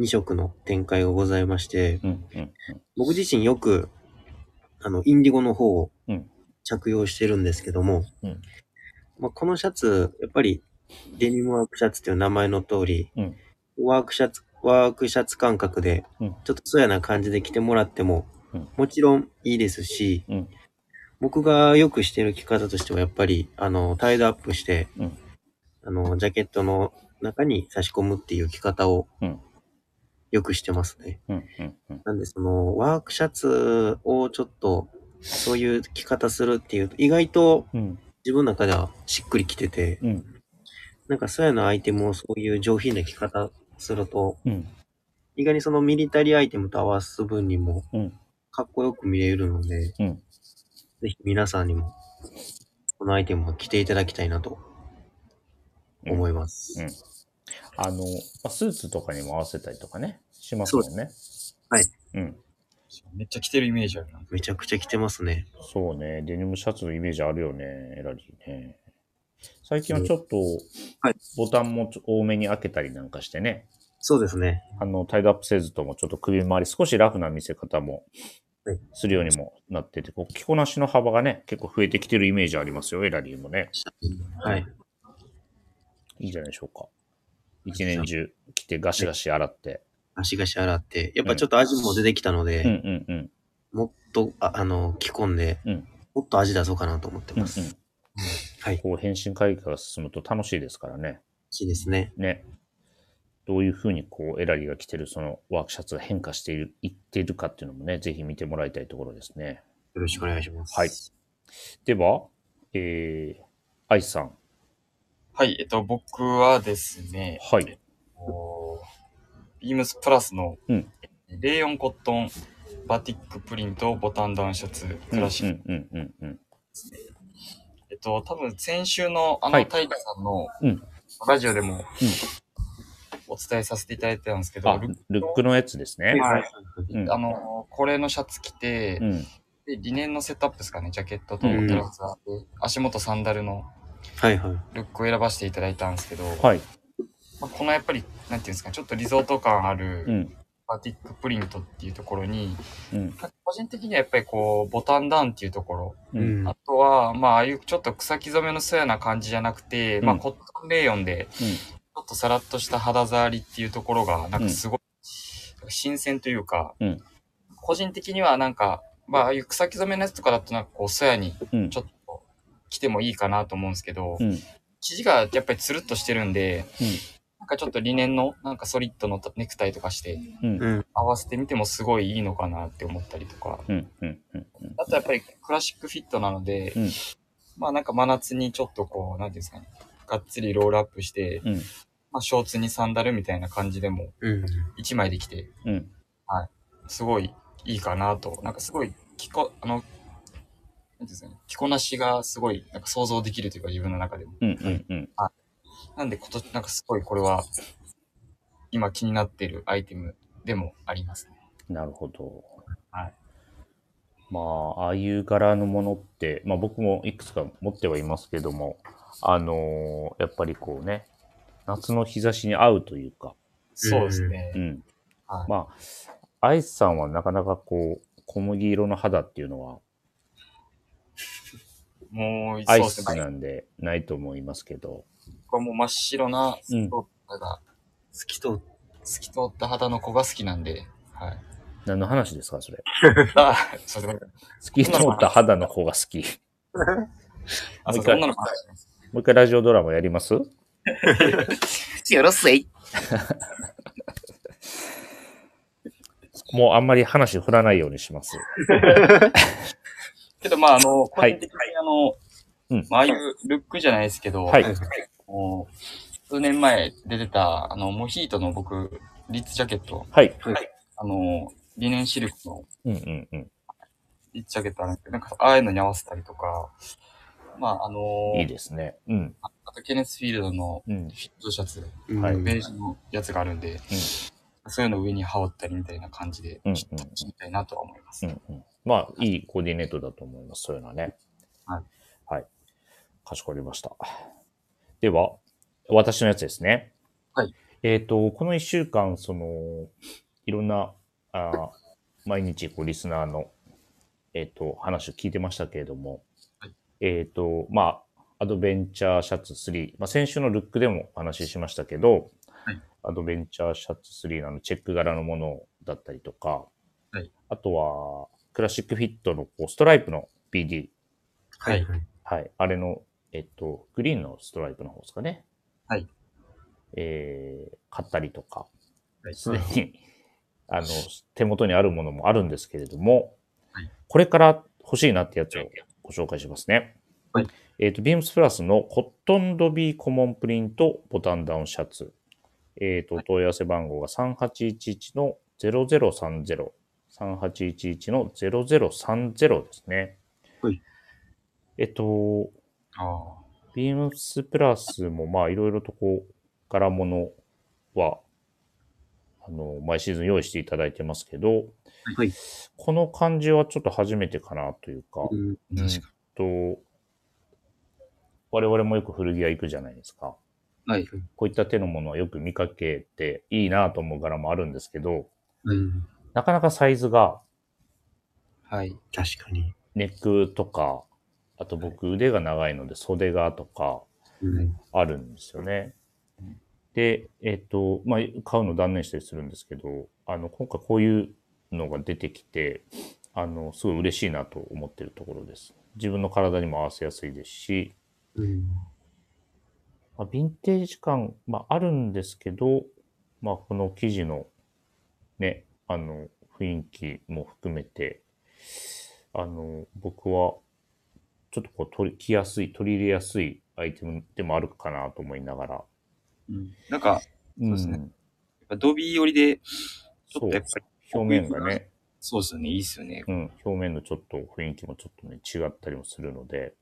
Speaker 2: 2色の展開がございまして、
Speaker 1: うん、うん、
Speaker 2: 僕自身よく、あの、インディゴの方を
Speaker 1: うん
Speaker 2: 着用してるんですけども、
Speaker 1: うん
Speaker 2: まあ、このシャツ、やっぱり、デニムワークシャツっていう名前の通り、
Speaker 1: うん
Speaker 2: ワークシャツ、ワークシャツ感覚で
Speaker 1: うん、
Speaker 2: ちょっとそやな感じで着てもらっても、
Speaker 1: うん
Speaker 2: もちろんいいですし、
Speaker 1: うん
Speaker 2: 僕がよくしてる着方としては、やっぱり、あの、タイドアップして、
Speaker 1: うん
Speaker 2: あの、ジャケットの中に差し込むっていう着方を
Speaker 1: うん、
Speaker 2: よくしてますね。
Speaker 1: うん、うん、うん。
Speaker 2: なんで、その、ワークシャツをちょっと、そういう着方するっていうと、意外と
Speaker 1: うん、
Speaker 2: 自分の中ではしっくりきてて、
Speaker 1: うん、
Speaker 2: なんかそういうのアイテムをそういう上品な着方すると、
Speaker 1: うん、
Speaker 2: 意外にそのミリタリーアイテムと合わす分にも
Speaker 1: うん、
Speaker 2: かっこよく見れるので、
Speaker 1: うん
Speaker 2: ぜひ皆さんにも、このアイテムを着ていただきたいなと思います。
Speaker 1: うんあの、まあスーツとかにも合わせたりとかね、しますもんね。
Speaker 2: はい。
Speaker 1: うん。
Speaker 3: めっちゃ着てるイメージあるな。
Speaker 2: めちゃくちゃ着てますね。
Speaker 1: そうね、デニムシャツのイメージあるよね、エラリーね。最近はちょっと
Speaker 2: はい、
Speaker 1: ボタンもちょ多めに開けたりなんかしてね、
Speaker 2: そうですね。
Speaker 1: あの、タイドアップせずともちょっと首回り、少しラフな見せ方も
Speaker 2: はい
Speaker 1: するようにもなってて、こう着こなしの幅がね、結構増えてきてるイメージありますよ、エラリーもね。
Speaker 2: はい。
Speaker 1: いいんじゃないでしょうか。一年中着てガシガシ洗って。
Speaker 2: 足がし洗って、やっぱちょっと味も出てきたので、
Speaker 1: うんうんうん。
Speaker 2: もっと、ああの、着込んで、
Speaker 1: うん
Speaker 2: もっと味出そうかなと思って
Speaker 1: うんう
Speaker 2: ます。
Speaker 1: ん、
Speaker 2: はい。
Speaker 1: こう、変身会議が進むと楽しいですからね。
Speaker 2: いいですね。
Speaker 1: ね。どういうふうに、こう、エラリーが着てるそのワークシャツが変化している、いっているかっていうのもね、ぜひ見てもらいたいところですね。
Speaker 2: よろしくお願いします。
Speaker 1: はいでは、えー、愛さん。
Speaker 3: はい、えっと、僕はですね、
Speaker 1: はい。
Speaker 3: おビームスプラスの、
Speaker 1: うん
Speaker 3: レイヨンコットンバティックプリントボタンダウンシャツ、クラシック。
Speaker 1: うんうんうんうんうん。
Speaker 3: えっと、多分先週のあ
Speaker 1: は
Speaker 3: の、
Speaker 1: い
Speaker 3: タイガさんの
Speaker 1: うん
Speaker 3: ラジオでも、お伝えさせていただいてたんですけど、
Speaker 1: あ
Speaker 3: ルッ、
Speaker 1: ルックのやつですね。
Speaker 3: はい
Speaker 1: いうん
Speaker 3: あの、これのシャツ着て、
Speaker 1: うん。
Speaker 3: で、リネンのセットアップですかね、ジャケットと
Speaker 2: うん
Speaker 3: トラウザーで、足元サンダルの
Speaker 2: はいはい。
Speaker 3: ルックを選ばせていただいたんですけど、
Speaker 1: はい。
Speaker 3: まあ、このやっぱり、なんていうんですかね、ちょっとリゾート感あ
Speaker 1: う
Speaker 3: る
Speaker 1: ん。
Speaker 3: バティックプリントっていうところに、
Speaker 1: うん。
Speaker 3: なんか個人的にはやっぱりこう、ボタンダウンっていうところ、
Speaker 1: う。
Speaker 2: うんん。
Speaker 3: あとは、まあ、ああいうちょっと草木染めのそやな感じじゃなくて、まあ、
Speaker 1: うん
Speaker 3: コットンレーヨンで、
Speaker 1: うん
Speaker 3: ちょっとさらっとした肌触りっていうところが、なんかすごい、新鮮というか、
Speaker 1: うん
Speaker 3: 個人的にはなんか、まあ、ああいう草木染めのやつとかだとなんかこう、そやに
Speaker 1: うん
Speaker 3: ちょっと着てもいいかなと思うんですけど、
Speaker 1: うん。
Speaker 3: 生地がやっぱりつるっとしてるんで、
Speaker 1: うん
Speaker 3: なんかちょっとリネンの、なんかソリッドのネクタイとかして、
Speaker 1: うん。うん。
Speaker 2: うん。
Speaker 3: 合わせてみてもすごいいいのかなって思ったりとか、
Speaker 1: うん。うん。うん。
Speaker 3: あとやっぱりクラシックフィットなので、
Speaker 1: うん
Speaker 3: まあなんか真夏にちょっとこう、なんていうんですかね、がっつりロールアップして、
Speaker 1: うん。
Speaker 3: まあショーツにサンダルみたいな感じでも
Speaker 2: うん。
Speaker 3: 1枚できて、
Speaker 1: うん。
Speaker 3: すごいいいかなと、なんかすごい着こ、あの、なんていうんですかね、着こなしがすごいなんか想像できるというか自分の中でも。
Speaker 1: うん。うん。
Speaker 3: なんで今年、なんかすごいこれは、今気になっているアイテムでもありますね。
Speaker 1: なるほど。
Speaker 3: はい。
Speaker 1: まあ、ああいう柄のものって、まあ僕もいくつか持ってはいますけども、あのーやっぱりこうね、夏の日差しに合うというか、
Speaker 3: そうですね。
Speaker 1: うん。
Speaker 3: はい
Speaker 1: まあ、アイスさんはなかなかこう、小麦色の肌っていうのは、
Speaker 3: もう、そ
Speaker 1: ア
Speaker 3: う
Speaker 1: イ
Speaker 3: です
Speaker 1: ス
Speaker 3: ね。
Speaker 1: なんでないと思いますけど、
Speaker 3: 僕はもう真っ白な、
Speaker 1: うん
Speaker 3: 肌が
Speaker 2: 透き通っ
Speaker 3: 透き通った肌の子が好きなんで、はい。
Speaker 1: 何の話ですか、それ。
Speaker 3: あ、そうですね。
Speaker 1: 透き通った肌の方が好き。
Speaker 3: あ、
Speaker 1: もう一
Speaker 3: そう
Speaker 1: 回
Speaker 3: 女の子ですね
Speaker 1: もう一回ラジオドラマやります
Speaker 5: よろせい。
Speaker 1: もうあんまり話振らないようにします。
Speaker 3: けど、まあ、あの、個
Speaker 1: はい
Speaker 3: 人的にあの、
Speaker 1: うん
Speaker 3: まあ、ああいうルックじゃないですけど、
Speaker 1: はい。
Speaker 3: もう、数年前出てた、あの、モヒートの僕、リッツジャケット、
Speaker 1: はい。
Speaker 3: あの、リネンシルクの
Speaker 1: うんうんうん。
Speaker 3: リッツジャケットあるんですけど、なんか、ああいうのに合わせたりとか、まあ、あの、
Speaker 1: いいですね。うん。
Speaker 3: あと、ケネスフィールドの
Speaker 1: うん
Speaker 3: フ。ィットシャツ、
Speaker 2: うん
Speaker 1: はい
Speaker 3: ベージュのやつがあるんで、そういうのを上に羽織ったりみたいな感じで、
Speaker 1: うんうん
Speaker 3: ちょっと楽しみたいなとは思います。
Speaker 1: うんうんまあ、いいコーディネートだと思います。そういうのはね。。
Speaker 3: はい
Speaker 1: はい。かしこまりました。では、私のやつですね。
Speaker 3: はい。
Speaker 1: えっ、と、この一週間、その、いろんな、あー毎日、こう、リスナーの、えっ、と、話を聞いてましたけれども、
Speaker 3: はい
Speaker 1: えっ、と、まあ、アドベンチャーシャツ3、まあ、先週のルックでもお話ししましたけど、
Speaker 3: はい
Speaker 1: アドベンチャーシャツ3のあのチェック柄のものだったりとか、あとは、クラシックフィットのこうストライプの BD。
Speaker 2: はいはい。
Speaker 1: はい。あれの、えっと、グリーンのストライプの方ですかね。
Speaker 3: はい。
Speaker 1: えー、買ったりとか、
Speaker 3: はい
Speaker 1: すでに、 あの、手元にあるものもあるんですけれども、
Speaker 3: はい
Speaker 1: これから欲しいなってやつをご紹介しますね。
Speaker 3: はい。
Speaker 1: えっ、と、ビームスプラスのコットンロビーコモンプリントボタンダウンシャツ。えっ、と、問い合わせ番号が3811の0030。3811の0030ですね。
Speaker 2: はい。
Speaker 1: えっと、
Speaker 3: あ
Speaker 1: ビームスプラスも、まあ、いろいろとこう、柄物は、あの、毎シーズン用意していただいてますけど、
Speaker 2: はい
Speaker 1: この感じはちょっと初めてかなというか、
Speaker 2: うん
Speaker 3: あ、確か
Speaker 1: うんと、我々もよく古着屋行くじゃないですか。
Speaker 2: はい。
Speaker 1: こういった手のものはよく見かけていいなと思う柄もあるんですけど、
Speaker 2: うん。
Speaker 1: なかなかサイズが
Speaker 3: に。はい。
Speaker 2: 確かに。
Speaker 1: ネックとか、あと僕腕が長いので袖がとか
Speaker 2: うん。
Speaker 1: あるんですよね。で、えっ、と、まあ、買うの断念したりするんですけど、あの、今回こういうのが出てきて、あの、すごい嬉しいなと思ってるところです。自分の体にも合わせやすいですし、
Speaker 2: うん。
Speaker 1: まあ、ヴィンテージ感、まあ、あるんですけど、まあ、この生地のね、あの、雰囲気も含めて、あの、僕は、ちょっとこう取り、着やすい、取り入れやすいアイテムでもあるかなと思いながら。
Speaker 3: なんか、やっ
Speaker 1: そう
Speaker 3: ですね。ぱドビー寄りで、ちょ
Speaker 1: そ
Speaker 3: っ
Speaker 1: う
Speaker 3: とやっぱり、
Speaker 1: 表面がね、
Speaker 3: そうですよね、いいですよね。
Speaker 1: うん、表面のちょっと雰囲気もちょっとね、違ったりもするので、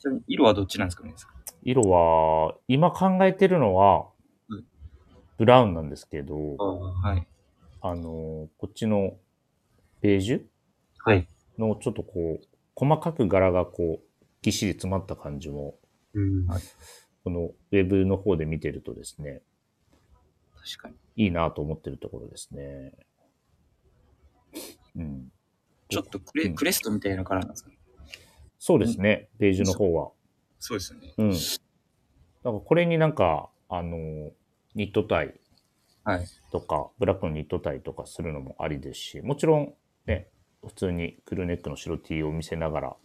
Speaker 3: ちなみに色はどっちなんですかね
Speaker 1: 色は、今考えてるのは
Speaker 3: うん、
Speaker 1: ブラウンなんですけど、
Speaker 3: はい。
Speaker 1: あの、こっちのベージュ
Speaker 2: はい。
Speaker 1: のちょっとこう、細かく柄がこう、ぎっしり詰まった感じも、
Speaker 2: うん。
Speaker 1: はいこのウェブの方で見てるとですね、
Speaker 3: 確かに。
Speaker 1: いいなと思ってるところですね。うん。
Speaker 3: ちょっとクレ,、
Speaker 1: うん
Speaker 3: クレストみたいなカラーなんですかね。
Speaker 1: そうですね、ベージュの方は。
Speaker 3: そうですよね。
Speaker 1: うん。だからこれになんか、あの、ニットタイ
Speaker 3: はい。
Speaker 1: とか、ブラックのニットタイとかするのもありですし、もちろんね、普通にクルーネックの白 T を見せながら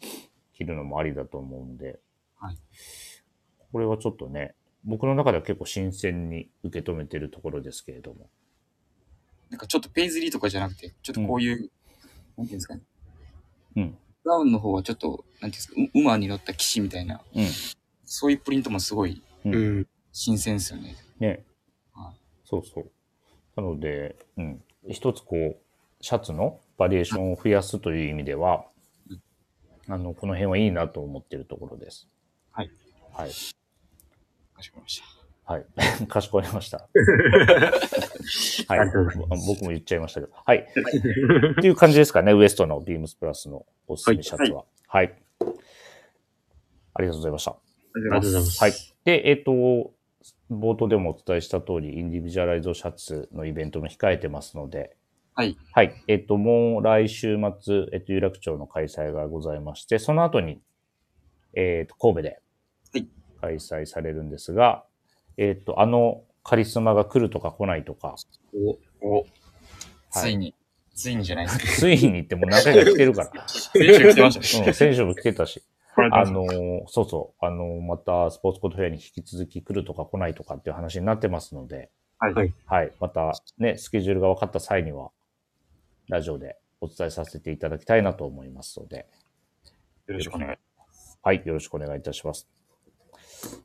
Speaker 1: 着るのもありだと思うんで、
Speaker 3: はい
Speaker 1: これはちょっとね、僕の中では結構新鮮に受け止めてるところですけれども、
Speaker 3: なんかちょっとペイズリーとかじゃなくて、ちょっとこういう、なんていうんですかね。
Speaker 1: うん。
Speaker 3: ブラウンの方はちょっと、なんていうんですか、う馬に乗った騎士みたいな、
Speaker 1: うん
Speaker 3: そういうプリントもすごい
Speaker 2: うん。
Speaker 3: 新鮮ですよね。
Speaker 1: ね
Speaker 3: は、
Speaker 1: そうそう。なので、うん、一つこう、シャツのバリエーションを増やすという意味では、あの、この辺はいいなと思ってるところです。
Speaker 3: はい。
Speaker 1: はい。
Speaker 3: かしこまりました。
Speaker 1: はい。 かしこまりました。
Speaker 2: あ
Speaker 1: は
Speaker 2: り
Speaker 1: い
Speaker 2: がとうござい。
Speaker 1: 僕も言っちゃいましたけど。はい。っていう感じですかね。ウエストのビームスプラスのおすすめシャツは。はい。ありがとうございました。
Speaker 2: ありがとうございます。
Speaker 1: はい。で、えっ、と、冒頭でもお伝えした通り、インディビジュアライズドシャツのイベントも控えてますので、
Speaker 3: はい。
Speaker 1: はい。えっ、と、もう来週末、えっ、と、有楽町の開催がございまして、その後に、えっ、と、神戸で
Speaker 3: はい
Speaker 1: 開催されるんですが、えっ、と、あのカリスマが来るとか来ないとか、
Speaker 2: お
Speaker 3: お、ついに、ついにじゃないですけ
Speaker 1: ついにってもう何回か来てる から、
Speaker 3: ど、先週来てましたね。
Speaker 1: うん、選手も来てたし、あ
Speaker 3: あ
Speaker 1: の
Speaker 3: の
Speaker 1: ーそうそう、あのーまたスポーツコートフェアに引き続き来るとか来ないとかっていう話になってますので、
Speaker 3: はい
Speaker 2: はい
Speaker 1: はい、またね、スケジュールが分かった際には、ラジオでお伝えさせていただきたいなと思いますので、
Speaker 3: よろしくお願いし
Speaker 1: はい、よろしくお願いいたします。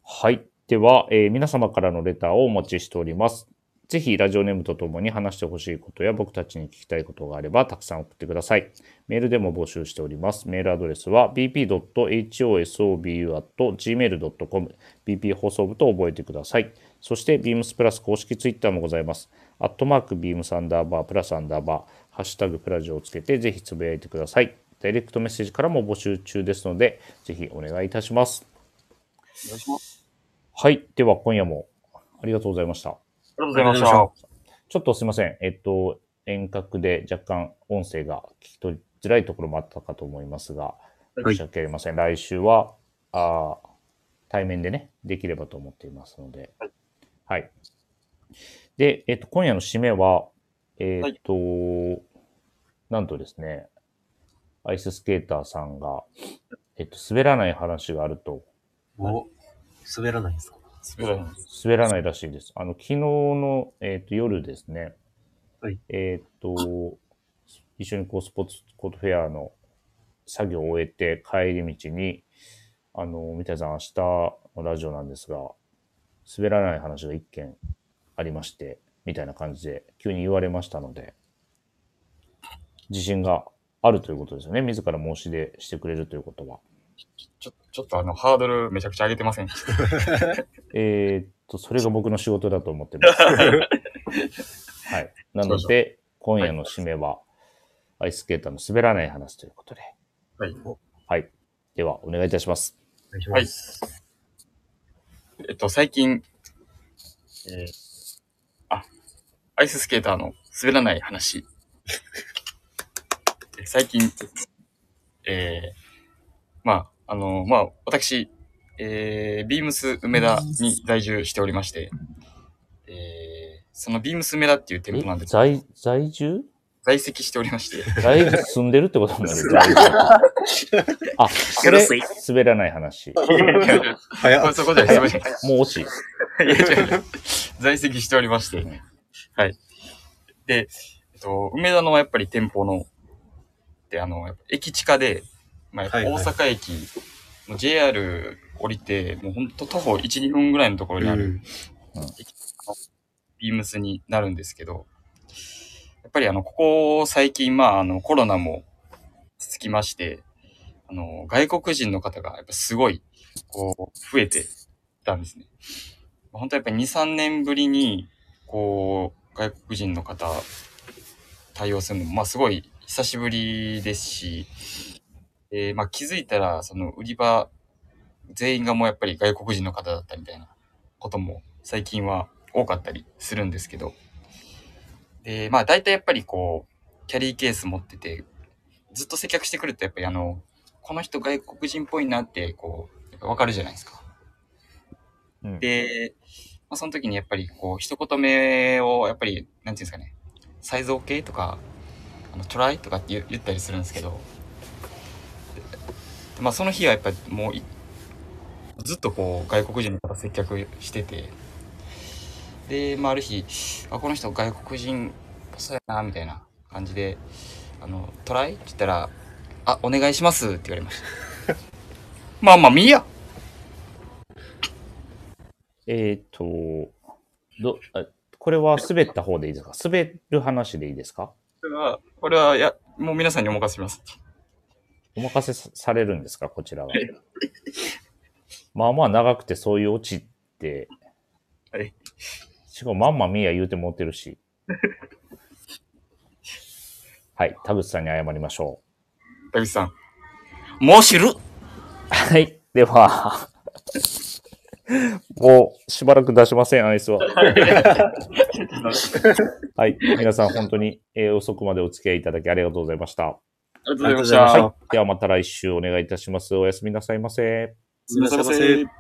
Speaker 1: はい。では、えー皆様からのレターをお待ちしております。ぜひ、ラジオネームとともに話してほしいことや僕たちに聞きたいことがあれば、たくさん送ってください。メールでも募集しております。メールアドレスは bp.hosobu.gmail.com bp 放送部と覚えてください。そして、beams プラス公式ツイッターもございます。アットマーク beams アンダーバープラスアンダーバー、ハッシュタグプラジオをつけて、ぜひつぶやいてください。ダイレクトメッセージからも募集中ですので、ぜひお願いいたします。
Speaker 3: ます。
Speaker 1: はい。では、今夜もありがとうございました。
Speaker 3: ありがとうご
Speaker 2: ざい
Speaker 3: ざ
Speaker 2: ま
Speaker 3: いま
Speaker 2: し
Speaker 3: したた。
Speaker 1: ちょっとすいません。えっと、遠隔で若干音声が聞き取りづらいところもあったかと思いますが、
Speaker 2: い
Speaker 1: 申し訳ありません。来週は、あー対面でね、できればと思っていますので。はい。で、えっと、今夜の締めは、えーっと、なんとですね、アイススケーターさんが、えっと、滑らない話があると、
Speaker 2: お、滑らないんですか
Speaker 3: 滑らない です
Speaker 1: 滑らないらしいです。あの、昨日の、えー、と夜ですね、
Speaker 2: はい
Speaker 1: えっ、と、一緒にこうスポーツコートフェアの作業を終えて帰り道に、あの、三谷さん、明日のラジオなんですが、滑らない話が一件ありまして、みたいな感じで急に言われましたので、自信があるということですよね。自ら申し出してくれるということは。
Speaker 3: ちょちょっとあの、ハードルめちゃくちゃ上げてません。
Speaker 1: えーっと、それが僕の仕事だと思ってます。はい。なので、今夜の締めは、アイススケーターの滑らない話ということで。
Speaker 3: はい。
Speaker 1: はい。では、お願いいたします。
Speaker 2: お願いし
Speaker 3: は
Speaker 2: ま
Speaker 3: い
Speaker 2: す。。
Speaker 3: えっと、最近、えー、あ、アイススケーターの滑らない話。 え最近、えー、まあ、あの、まあ、私、えー、ビームス梅田に在住しておりまして、えー、そのビームス梅田っていう店舗なん
Speaker 1: え
Speaker 3: です
Speaker 1: 在、在住
Speaker 3: 在籍しておりまして、
Speaker 1: 在住住んでるってことになる。在住あ、それ、滑らない話。も
Speaker 2: 早
Speaker 3: そこじゃない、そこじゃない。
Speaker 1: う惜しい。
Speaker 3: いや違う違う在籍しておりまし
Speaker 1: うん
Speaker 3: て。はい。で、えっと、梅田のやっぱり店舗の、で、あの、やっぱ駅地下で、まあ、やっぱ
Speaker 2: はいはい
Speaker 3: 大阪駅、もう JR 降りて、もうほんと徒歩1、2分ぐらいのところにある、ビームスになるんですけど、やっぱりあの、ここ最近、まあ、あの、コロナも落ち着きまして、あの、外国人の方がやっぱすごい、こう、増えてたんですね。本当やっぱり2、3年ぶりに、ここう、外国人の方、対応するのも、まあすごい久しぶりですし、えーまあ気づいたら、その売り場全員がもうやっぱり外国人の方だったみたいなことも最近は多かったりするんですけど、で、まあ大体やっぱりこう、キャリーケース持ってて、ずっと接客してくるとやっぱりあの、この人外国人っぽいなって、こう、やっぱわかるじゃないですか。
Speaker 1: うん
Speaker 3: で、まあ、その時にやっぱりこう、一言目を、やっぱり、なんていうんですかね、サイズ OK? とか、あのトライとかって言言ったりするんですけど、でまあその日はやっぱりもうい、ずっとこう、外国人の方接客してて、で、まあある日、あ、この人外国人、そうやな、みたいな感じで、あの、トライって言ったら、あ、お願いしますって言われました。 まあまあ、みーや
Speaker 1: えっ、と、ど、あこれは滑った方でいいですか滑る話でいいですか
Speaker 3: これは、これは、いや、もう皆さんにお任せします。
Speaker 1: お任せさされるんですかこちらは。 まあまあ長くてそういうオチって。
Speaker 3: はい。
Speaker 1: しかもまんまみーや言うて持ってる し。はい。田口さんに謝りましょ
Speaker 3: 田口さん。もう知る
Speaker 1: う。はい。では、 もうしばらく出しません、アイスは。はい。皆さん本当に、えー遅くまでお付き合いいただきありがとうございました。
Speaker 3: ありがとう
Speaker 2: ありがとう
Speaker 3: ご
Speaker 2: ござ
Speaker 3: ざい
Speaker 2: いま
Speaker 3: まし。
Speaker 2: したた
Speaker 1: ではまた来週お願いいたします。おやすみなさいませ。
Speaker 3: すみません。